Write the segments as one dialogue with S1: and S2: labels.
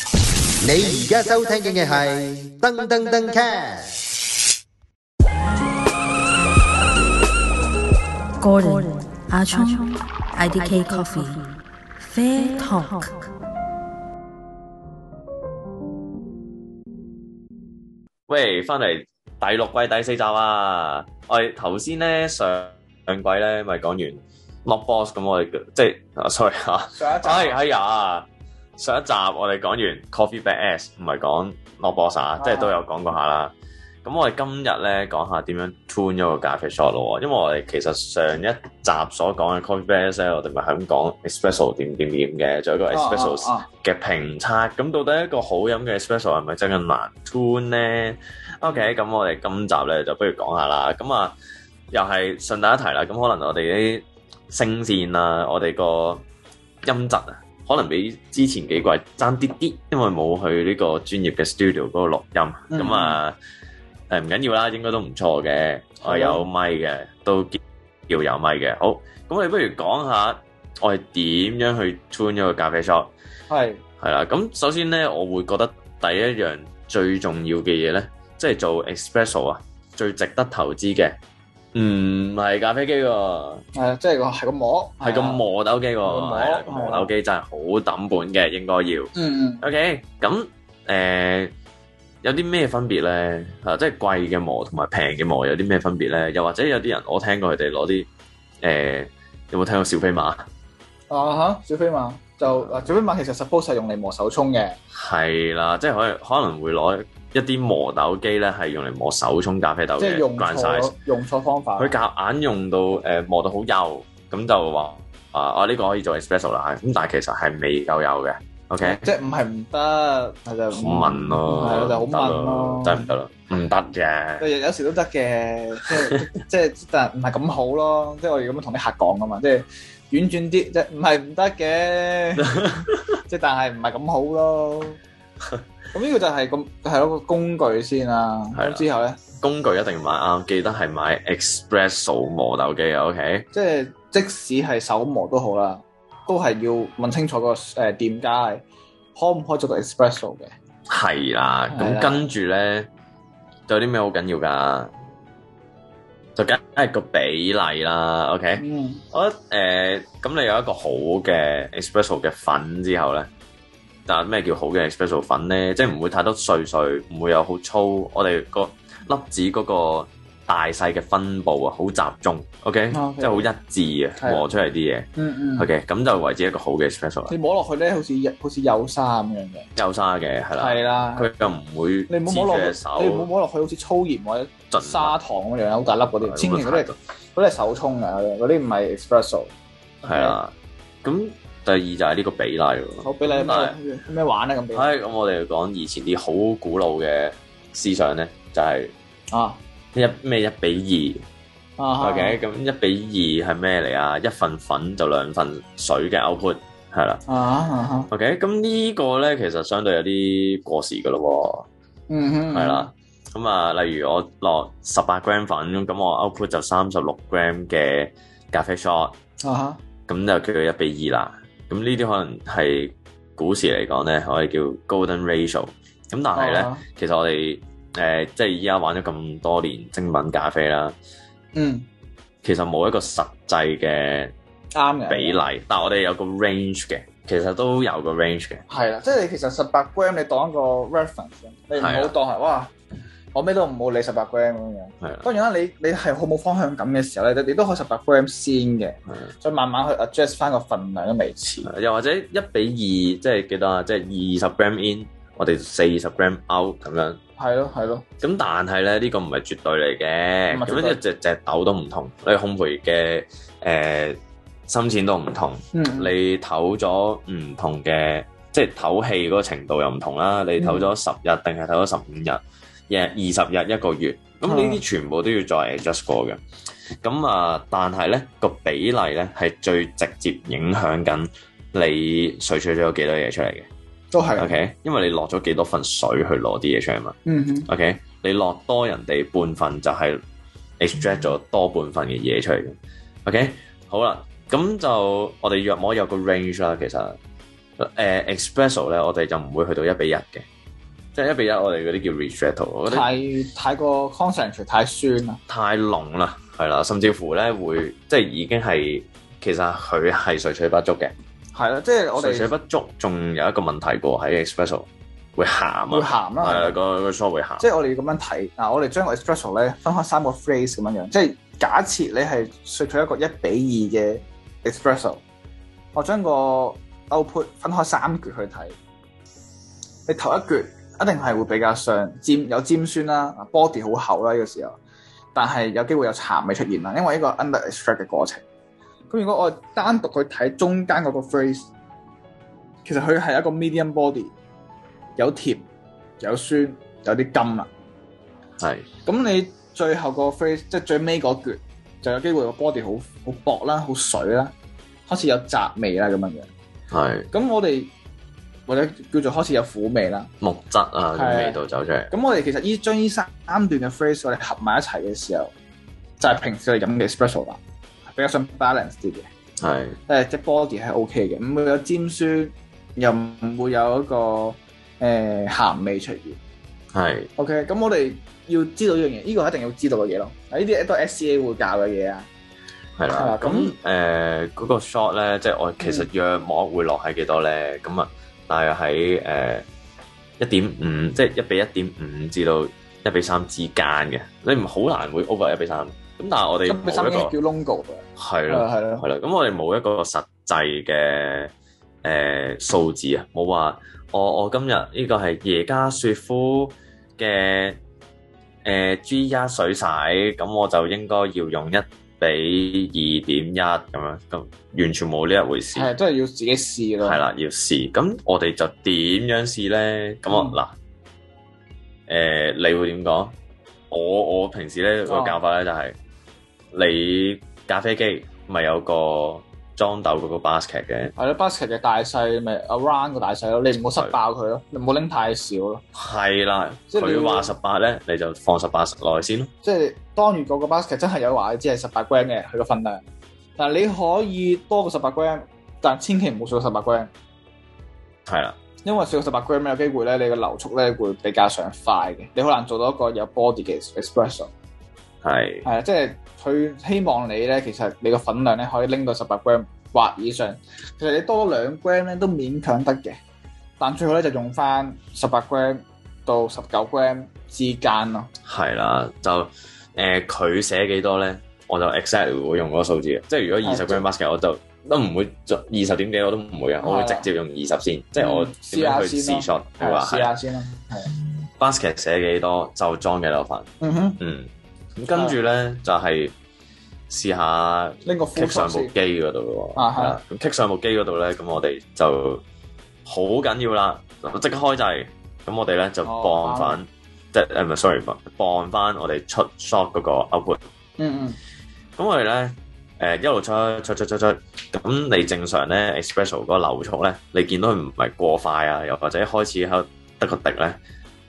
S1: 你而家收聽嘅係噔噔噔 cast。
S2: Gordon, Ah Chong, IDK Coffee, Fair Talk.
S3: 喂，翻嚟第六季第四集啊！我哋頭先咧上上季咧咪講完 Lock Boss 咁，我哋即係啊 sorry 嚇，
S4: 上一集
S3: 哎哎呀，上一集我哋講完 Coffee Bag S，唔係講 Lock Boss 啊，即係都有講過下啦。咁我哋今日咧講下點樣 tune 咗個咖啡 shot 咯喎，因為我哋其實上一集所講嘅 Coffee Bag S 咧，我哋咪係咁講 espresso 點點點嘅，仲有一個 espresso
S4: 啊啊
S3: 嘅評測，咁到底一個好飲嘅 espresso 係咪真係難 tune 咧？OK，咁我哋今集咧就不如講下啦。咁啊，又係順帶一提啦。咁可能我哋啲聲線啊，我哋個音質啊，可能比之前幾季爭啲啲，因為冇去呢個專業嘅 studio 嗰度錄音。
S4: 嗯
S3: 咁啊，誒唔緊要啦，應該都唔錯嘅。我係有咪嘅，都叫有咪嘅。好，咁我哋不如講下我係點樣去 tune 咗個咖啡 shot。
S4: 啊，係
S3: 係啦，咁首先咧，我會覺得第一樣最重要嘅嘢咧，即係做 espresso 啊，最值得投資嘅，唔係咖啡機喎，
S4: 係即係個係個膜，
S3: 嗯係個磨豆機喎，
S4: 個磨
S3: 係啦，個磨豆機真係好抌本嘅，應該要。
S4: 嗯，嗯
S3: OK，咁誒、呃有啲咩分別咧？啊，即係貴嘅磨同埋平嘅磨有啲咩分別咧？又或者有啲人我聽過佢哋攞啲誒，有冇聽過小飛馬？
S4: 啊嚇，小飛馬就嗱，小飛馬其實 suppose 係用嚟磨手沖嘅，
S3: 係啦，即係可能可能會攞一啲磨豆機咧，係用嚟磨手沖咖啡豆
S4: 即係
S3: 嘅
S4: 用
S3: grind size
S4: 錯用錯方法。
S3: 佢夾硬用到誒、呃磨到好幼，咁就話啊啊呢、個可以做 espresso 啦，咁但係其實係未夠幼嘅，OK，
S4: 即係唔係唔得，係就
S3: 好問咯，
S4: 嗯係啊就好
S3: 唔得
S4: 問咯，
S3: 真係唔得咯，唔得嘅，
S4: 有有時都得嘅，即係 即係但係唔係咁好咯。即係我哋咁樣同啲客講噶嘛，即係婉轉啲，即係唔係唔得 嘅，即係但係唔係咁好咯。咁呢個就係咁係咯個工具先啦。
S3: 係啦
S4: 咁之後咧，
S3: 工具一定要買啱，記得係買 espresso 磨豆機啊，OK，
S4: 即係即使係手磨都好啦，都係要問清楚個誒店家係可唔可以做到 espresso 嘅。
S3: 係啦，
S4: 係啊
S3: 咁
S4: 啦
S3: 跟住咧，仲有啲咩好緊要㗎？就梗係個比例啦，OK。
S4: 嗯，
S3: 我覺得誒，呃咁、你有一個好嘅 espresso 嘅粉之後咧，但係咩叫好嘅 espresso 粉咧？即係唔會太多碎碎，唔會有好粗。我哋個粒子嗰個大細嘅分布啊，好集中，OK，
S4: 啊 OK
S3: 即係好一致嘅
S4: 係啊
S3: 磨出嚟啲
S4: 嗯
S3: 嘢
S4: 嗯，
S3: ，OK，咁就為之一個好嘅 espresso 啦。
S4: 你摸落去咧，好似好似有衫咁樣嘅。
S3: 有沙嘅係啦，
S4: 係啦，
S3: 佢又唔會
S4: 你唔好摸落
S3: 黐住
S4: 去
S3: 隻手，
S4: 你唔好摸落去好似粗鹽或者
S3: 盡
S4: 砂糖咁樣，好大粒嗰啲，千祈嗰啲係嗰啲係手沖嘅，嗰啲嗰啲唔係 espresso。
S3: 係啦。咁第二就係呢個比例喎。
S4: 好，俾你
S3: 咁但係
S4: 咩咩玩咧咁俾
S3: 唉，咁我哋講以前啲好古老嘅思想咧，就係、
S4: 啊
S3: 一咩一比
S4: 啊
S3: 二，OK，咁一比二係咩嚟啊？一份粉就兩份水嘅 output 係啦
S4: 啊啊
S3: ，OK，咁呢個咧其實相對有啲過時噶咯
S4: 嗯哼
S3: 喎，係啦，咁啊，例如我落十八 gram 粉，咁我 output 就三十六 gram 嘅咖啡 shot，
S4: 啊哈
S3: 咁就叫做一比二啦。咁呢啲可能係股市嚟講咧，我哋叫 golden ratio。咁但係咧。
S4: 啊
S3: 其實我哋誒、呃即係依家玩咗咁多年精品咖啡啦，
S4: 嗯
S3: 其實冇一個實際嘅
S4: 啱嘅
S3: 比例，但係我哋有個 range 嘅，其實都有個 range 嘅，
S4: 係啦，即係你其實十八 gram 你當一個 reference，你唔
S3: 係啊
S4: 好
S3: 啦
S4: 當係哇，我咩都唔好理十八 gram 咁樣。
S3: 係啊啦，
S4: 當然啦，你你係好冇方向感嘅時候咧，你你都可以十八 gram 先嘅
S3: 係啊，
S4: 再慢慢去 adjust 翻個份量嘅微詞。
S3: 又或者一比二，即係幾多啊？即係二十 gram in，我哋四十 gram out 咁樣。
S4: 係咯係咯，
S3: 咁但係咧，呢、個唔係絕對嚟嘅，
S4: 唔係
S3: 咁
S4: 啊絕對
S3: 樣一隻隻豆都唔同，你烘焙嘅誒、呃深淺都唔同。
S4: 嗯
S3: 你唞咗唔同嘅，即係唞氣嗰個程度又唔同啦。你唞咗十日定係唞咗十五日，日二十日一個月，咁呢啲全部都要再 adjust 過嘅。咁啊，但係咧個比例咧係最直接影響緊你萃取咗幾多嘢出嚟嘅。
S4: 都係
S3: OK，因為你落咗幾多份水去攞啲嘢出嚟嘛。
S4: 嗯哼，
S3: OK，你落多人哋半份就係 extract 咗多半份嘅嘢出嚟嘅。OK，好啦，咁就我哋約摸有個 range 啦，其實誒、呃 espresso 咧，我哋就唔會去到一比一嘅，即係一比一，我哋嗰啲叫 ristretto，我覺得
S4: 太太過 concentrate 太酸啦，
S3: 太濃啦，係啦，甚至乎咧會即係已經係其實佢係水水不足嘅，
S4: 係啦，即係我
S3: 水水
S4: 哋
S3: 不足仲有一個問題過喺 espresso 會鹹啊，
S4: 會鹹啦
S3: 係啦，個個 shot 會鹹，
S4: 即係我哋要咁樣睇嗱，我哋將個 espresso 咧分開三個 phrase 咁樣樣，即係假設你係萃取一個一比二嘅 espresso，我將個 output 分開三橛去睇，你頭一橛一定係會比較上尖有尖酸啦啊，body 好厚啦呢個時候，但係有機會有茶味出現啦，因為呢個 under extract 嘅過程。咁如果我單獨去睇中間嗰個 phrase，其實佢係一個 medium body，有甜有酸有啲甘啊啦。
S3: 係
S4: 咁你最後個 phrase 即係最尾嗰橛，就有機會個 body 好好薄啦，好水啦，開始有雜味啦咁樣樣。
S3: 係
S4: 咁我哋或者叫做開始有苦味啦。
S3: 木質啊
S4: 係
S3: 啲味道走出嚟，
S4: 咁我哋其實依將呢三段嘅 phrase 我哋合埋一齊嘅時候，就係、平時我哋飲嘅 espresso 啦，比較想 balance 啲嘅。
S3: 係
S4: 誒即係 body 係 OK 嘅，唔會有尖酸，又唔會有一個誒、呃、鹹味出現。
S3: 係
S4: OK，咁我哋要知道呢樣嘢，呢、個一定要知道嘅嘢咯。嗱，呢啲都係 SCA 會教嘅嘢啊。
S3: 係
S4: 係
S3: 啦
S4: 啦，
S3: 咁
S4: 咁
S3: 嗯誒嗰個 shot 咧，即係我其實約莫會落喺幾多咧？咁啊，大約喺誒一點五，即係一比一點五至到一比三之間嘅，你唔好難會 over 一比三。咁但係我哋
S4: 咁佢三
S3: 冇
S4: 個
S3: 一個
S4: 叫 longo 嘅，
S3: 係
S4: 係
S3: 啦。
S4: 啦係啊啦，
S3: 係啦，咁我哋冇一個實際嘅誒數字啊，冇話我我今日呢個係耶加雪夫嘅誒 G 一水洗，咁我就應該要用一比二點一咁樣，咁完全冇呢一回事，
S4: 係都係要自己試咯。
S3: 係啦，要試。咁我哋就點樣試咧？咁我
S4: 嗯
S3: 嗱誒、你會點講？我我平時咧個
S4: 哦
S3: 教法咧就係、你咖啡機咪有個裝豆嗰個 basket 嘅，
S4: 係啦，basket 嘅大細咪 around 個大細咯，你唔好塞爆佢咯，你唔好拎太少咯。
S3: 係啦，
S4: 哦即係你
S3: 佢話十八咧，你就放十八內先咯，
S4: 即係當然個個 basket 真係有話你只係十八 gram 嘅佢個份量，但係你可以多過十八 gram，但千祈唔好少過十八 gram，
S3: 係啦，
S4: 因為少過十八 gram 有機會咧，你嘅流速咧會比較上快嘅，你好難做到一個有 body 嘅 espresso。
S3: 係
S4: 係啊，即係佢希望你咧，其實你個份量咧可以拎到十八 gram 或以上。其實你多兩 gram 咧都勉強得嘅，但最好咧就用翻十八 gram 到十九 gram 之間咯。
S3: 係啦，就誒佢、寫幾多咧，我就 exactly 會用嗰個數字嘅，即係如果二十
S4: 哦係即哦
S3: gram basket 我就都唔會做二十點幾我都唔會嘅，啊我會直接用二十先，即係我
S4: 嗯
S3: 點樣去
S4: 試下
S3: 試
S4: 先
S3: shot
S4: 係
S3: 嘅
S4: 啊
S3: 話
S4: 試
S3: 係
S4: 下先啦。係啊，
S3: basket 寫幾多就裝幾多份，
S4: 嗯哼，
S3: 嗯，咁跟住咧就係、試下。
S4: 拎個
S3: k
S4: 副
S3: 上
S4: 手
S3: 部
S4: 先
S3: 機。嗰度嘅喎，
S4: 啊係
S3: 係啦咁 k 上部機嗰度咧，咁我哋就好緊要啦，即刻開掣，咁我哋咧就
S4: 哦
S3: 磅翻，即係誒唔係 sorry，磅磅翻我哋出 shot 嗰個 output，
S4: 嗯嗯，
S3: 咁我哋咧誒一路出出出出出，咁你正常咧 espresso 嗰個流速咧，你見到佢唔係過快啊，又或者開始喺度得個滴咧，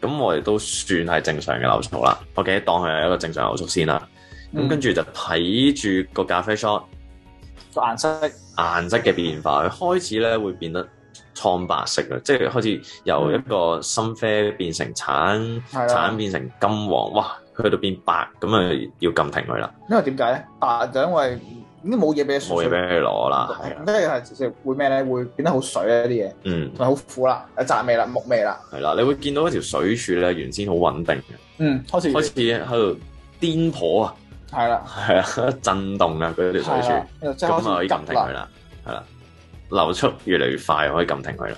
S3: 咁我哋都算係正常嘅流速啦，OK，當佢係一個正常流速先啦，咁
S4: 嗯
S3: 跟住就睇住個咖啡 shot。
S4: 個顏色
S3: 顏色嘅變化，佢開始咧會變得蒼白色嘅，即係開始由一個深啡變成橙，
S4: 嗯係啦
S3: 橙。變成金黃，哇！去到變白咁啊，要撳停佢啦，
S4: 因為點解咧？白就因為已經冇嘢俾你
S3: 冇嘢俾佢攞啦，係啊啦
S4: 跟，住係啊即係會咩咧？會變得好水咧啲嘢，
S3: 嗯，
S4: 同埋好苦啦，有雜味啦，木味啦。
S3: 係啦，你會見到一條水柱咧，原先好穩定嘅，
S4: 嗯，開始
S3: 開始喺度顛簸啊，
S4: 係啦。
S3: 係啊，震動啊，佢條水柱。
S4: 柱，即係
S3: 咁啊可
S4: 開
S3: 以
S4: 始
S3: 撳停
S4: 急
S3: 佢
S4: 啦，
S3: 啦，係啦，流速越嚟越快，可以撳停佢啦。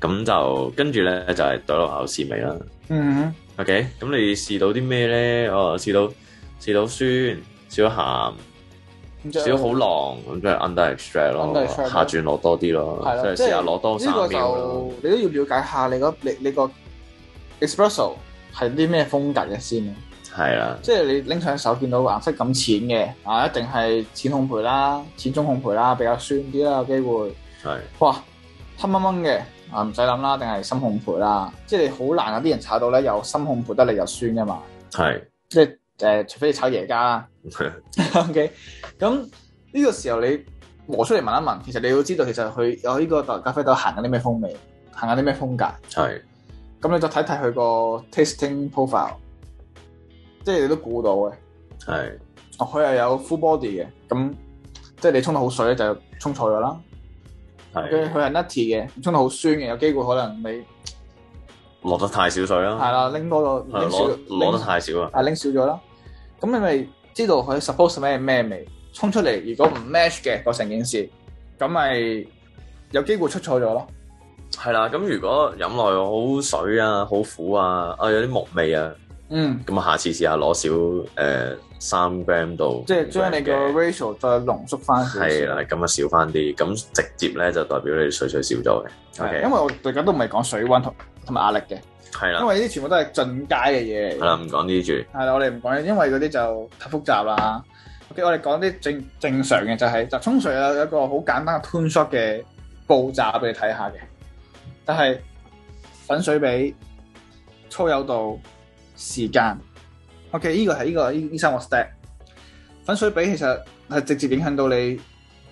S3: 咁就跟住咧就係倒落口試味啦。
S4: 嗯
S3: OK，咁你試到啲咩咧？哦，試到試到酸，試到
S4: 哼，
S3: 鹹，試到好狼，咁即係 under extract 咯
S4: Under，extract
S3: 下轉攞多啲咯，
S4: 係啦
S3: 即係
S4: 即係
S3: 試下攞多
S4: 呢個
S3: 三秒咯。
S4: 就你都要了解下你個你你個 espresso 係啲咩風格嘅先啊，
S3: 係啦，
S4: 即係你拎上手見到顏色咁淺嘅啊，一定係淺烘焙啦、淺中烘焙啦，比較酸啲啦，有機會
S3: 係
S4: 哇黑掹掹嘅啊，唔使諗啦，定係深烘焙啦，即係你好難有啲人炒到咧又深烘焙得嚟又酸噶嘛，
S3: 係
S4: 即係誒、呃除非你炒耶加 啦。OK，咁呢個時候你磨出嚟聞一聞，其哦實你要知道其實佢有呢個咖啡豆行緊啲咩風味，行緊啲咩風格。
S3: 係
S4: 咁你就睇睇佢個 tasting profile，即係你都估到嘅。
S3: 係
S4: 哦，佢係有 full body 嘅，咁即係你沖到好水咧就沖錯咗啦。佢
S3: 係
S4: 佢係 nutty 嘅，沖到好酸嘅，有機會可能你
S3: 落得太少水
S4: 係
S3: 啦，
S4: 啦拎多咗
S3: 啊係
S4: 拎少
S3: 攞攞得
S4: 拎
S3: 太少啊，
S4: 啊拎少咗啦。咁你咪知道佢 suppose 咩咩味，沖出嚟如果唔 match 嘅個成件事，咁咪有機會出錯咗咯。
S3: 係啦。咁如果飲落去好水啊、好苦啊、啊有啲木味啊，
S4: 嗯，
S3: 咁啊下次試下攞少誒三 gram 到，
S4: 即係將你個 ratio 再濃縮翻少少。
S3: 係啦，咁啊少翻啲，咁直接咧就代表你水水少咗嘅。O
S4: 因
S3: K，
S4: 為我哋而家都唔係講水温同同埋壓力嘅，
S3: 係
S4: 因
S3: 啦，
S4: 為呢啲全部都係進階嘅嘢嚟
S3: 係。啦，唔講呢啲住，
S4: 係啦，我哋唔講，因為嗰啲就太複雜啦。OK，我哋講啲正正常嘅就係、就沖水有有一個好簡單嘅 turn shot 嘅步驟俾你睇下嘅，但係粉水比、粗油度、時間。OK，呢個係呢、個呢呢三個 step。粉水比其實係直接影響到你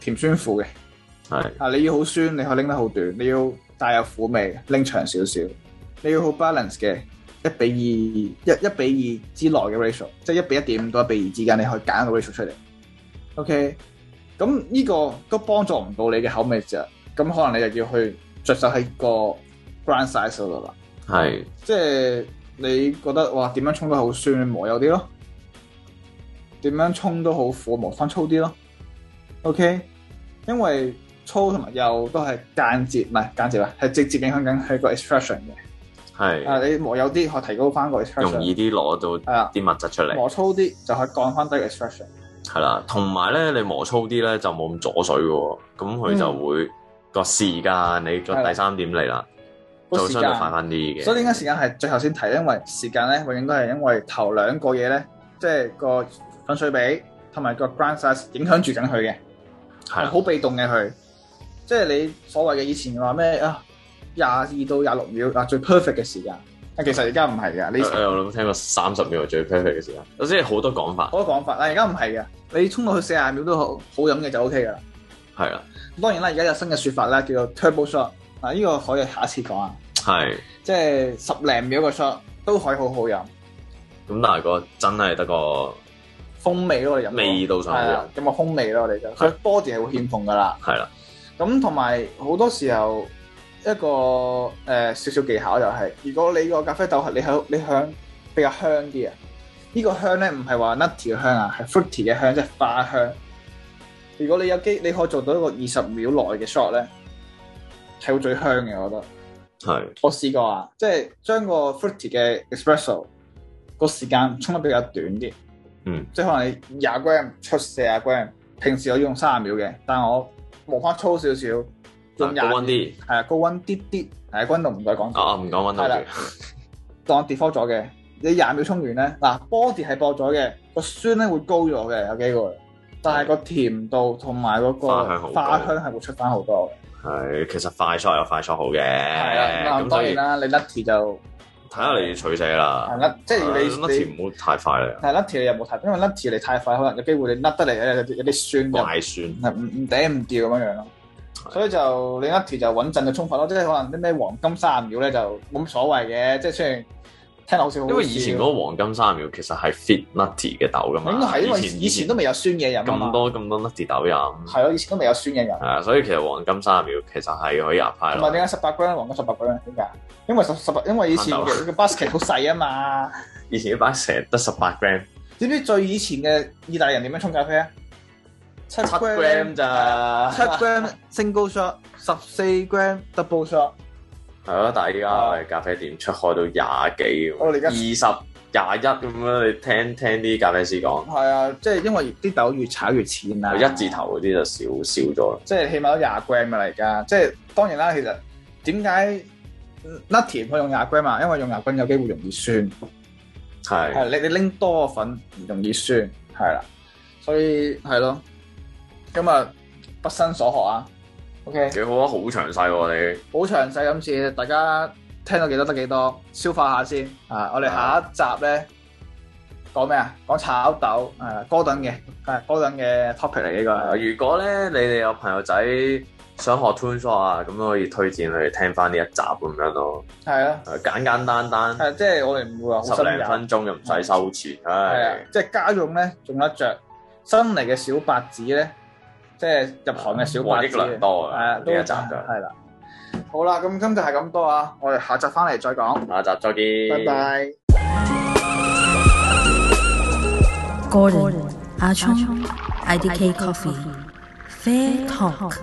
S4: 甜酸苦嘅。
S3: 係
S4: 啊，你要好酸，你可以拎得好短；你要帶有苦味，拎長少少；你要好 balance 嘅，一比二一一比二之內嘅 ratio，即係一比一點五到一比二之間，你可以揀一個 ratio 出嚟。OK，咁呢個都幫助唔到你嘅口味啫。咁可能你就要去着手喺個 brand size 嗰度啦。
S3: 係
S4: 即係你覺得哇，點樣沖都好酸，磨幼啲咯；點樣沖都好苦，磨翻粗啲咯。OK，因為粗同埋幼都係間接唔係間接啊，係直接影響緊佢個 extraction 嘅。
S3: 係
S4: 啊，你磨幼啲可以提高翻個
S3: 容
S4: extraction，
S3: 易啲攞到
S4: 係啊，
S3: 啲物質出嚟。
S4: 磨粗啲就可以降翻低個 extraction。
S3: 係啦，同埋咧，你磨粗啲咧就冇咁阻水嘅喎，咁佢就會個時間，你
S4: 嗯係
S3: 個
S4: 啦
S3: 第三點嚟啦，
S4: 個
S3: 就
S4: 時
S3: 相對
S4: 間
S3: 快翻啲嘅。
S4: 所以點解時間係最後先提？因為時間咧永遠都係因為頭兩個嘢咧，即係個粉水比同埋個 grind size 影響住緊佢嘅。
S3: 係啊
S4: 係
S3: 啦
S4: 好被動嘅佢，即係你所謂嘅以前話咩啊廿二到廿六秒啊最 perfect 嘅時間，啊其實而家唔係嘅，你
S3: 誒誒我諗聽過三十秒係最 perfect 嘅時間，即係好多講法，
S4: 我都講法，啊但而家唔係嘅，你衝到去四廿秒都好好飲嘅就 OK 噶啦。
S3: 係啦，
S4: 當然啦，而家有新嘅説法啦，叫做 turbo shot，嗱呢個可以下一次講啊，
S3: 係。
S4: 即係十零秒嘅 shot 都可以好好飲，
S3: 咁但係個真係得個
S4: 風味咯我哋飲，
S3: 味道上
S4: 係
S3: 嘅
S4: 啊，，有冇風味咯我哋就，佢 body 係會欠奉噶啦。
S3: 係啦，
S4: 咁同埋好多時候一個誒、呃少少技巧就係、如果你個咖啡豆係你響你響比較香啲啊，呢、個香咧唔係話 nutty 嘅香啊，係 fruity 嘅香，即係花香。如果你有機，你可以做到一個二十秒內嘅 shot 咧，係會最香嘅，我覺得。
S3: 係
S4: 我試過啊，即係將個 fruity 嘅 espresso 個時間沖得比較短啲，
S3: 嗯，
S4: 即係可能你廿 gram 出四廿 gram，平時我要用三十秒嘅，但我磨翻粗少少，用廿
S3: 啊高温啲
S4: 係啊高温啲啲，係溫度唔再講，
S3: 啊，唔講温度
S4: 係啦
S3: 住，
S4: 當 default 咗嘅，你廿秒沖完咧，嗱 body 係薄咗嘅，個酸咧會高咗嘅，有機會，但係個甜度同埋嗰個
S3: 嗯花香好高
S4: 花香係會出翻好多嘅，
S3: 係其實快速有快速好嘅，
S4: 係啦，咁
S3: 咁
S4: 啊當
S3: 所
S4: 然
S3: 以啊
S4: 啦，你 nutty 就
S3: 睇下你取捨啦
S4: 係，啦，即
S3: 係
S4: 係你你。
S3: 乜甜唔好太快啦，
S4: 但係 nutty 你又冇太，因為 nutty 你太快，可能有機會你甩得嚟有有有啲酸嘅，
S3: 怪酸。
S4: 唔唔頂唔掉咁樣樣咯。所以就你 nutty 就穩陣嘅衝法咯，即係可能啲咩黃金三十秒咧就冇乜所謂嘅，即係雖然聽落好似好
S3: 因為以前
S4: 笑
S3: 嗰個黃啊金三十秒其實係 fit nutty 嘅豆噶嘛，
S4: 應該係因為以前都未有酸嘢飲啊嘛
S3: 咁，多咁多 nutty 豆飲，
S4: 係咯，以前都未有酸嘢飲
S3: 係。啊，所以其實黃金三十秒其實係可以 apply
S4: 同埋
S3: 咯，
S4: 點解十八 gram 黃金十八 gram 點解？因為十十八，因為以前嘅嘅 basket 好細啊嘛。
S3: 以前一把成日得十八 gram，
S4: 知唔知最以前嘅意大利人點樣沖咖啡啊？七啊
S3: 七 gram 咋，
S4: 七 gram single shot，十四 gram double shot。
S3: 係咯，但係依家我哋咖啡店出開到廿幾咁，
S4: 哦我哋而家
S3: 二十廿一咁樣，你聽聽啲咖啡師講，
S4: 係啊，即係因為啲豆越炒越淺啊，
S3: 有一字，頭嗰啲就少少咗啦，
S4: 即係起碼都廿 gram 㗎啦而家。即係當然啦，其實點解 nutty 唔可以用廿 gram 啊？因為用廿 gram 有機會容易酸，
S3: 係
S4: 係你你拎多份容易酸，係啦，所以係咯，咁啊畢生所學啊，OK，
S3: 幾好啊，好詳細喎
S4: 好詳細今次，大家聽到幾多得幾多，消化下先啊！我哋下一集咧講咩啊？講炒豆，啊誒、啊、哥頓嘅，係、哥頓嘅 topic 嚟呢個係。
S3: 你。如果咧你哋有朋友仔想學 t u n s h o t 啊，咁可以推薦佢哋聽翻呢一集咁樣咯。
S4: 係啊，
S3: 誒簡簡單單
S4: 係啊即係我哋唔會話好
S3: 十
S4: 深
S3: 零
S4: 入。
S3: 分鐘又唔使收錢，
S4: 係啊
S3: 唉，，
S4: 即係家用咧仲有得着，新嚟嘅小白子咧，即係入行嘅小
S3: 獲
S4: 白
S3: 益
S4: 子，
S3: 良多
S4: 係
S3: 啊！
S4: 啊，
S3: 呢
S4: 都
S3: 一集就
S4: 係啦。好啦，咁今集係咁多啊，我哋下集翻嚟再講，
S3: 下集再
S4: 拜
S3: 見，
S4: 拜。
S2: Gordon, Achong, IDK Coffee, Fair Talk.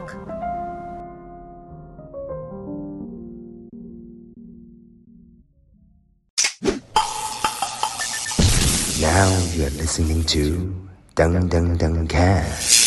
S1: Now you're listening to Dung Dung Dung Cat.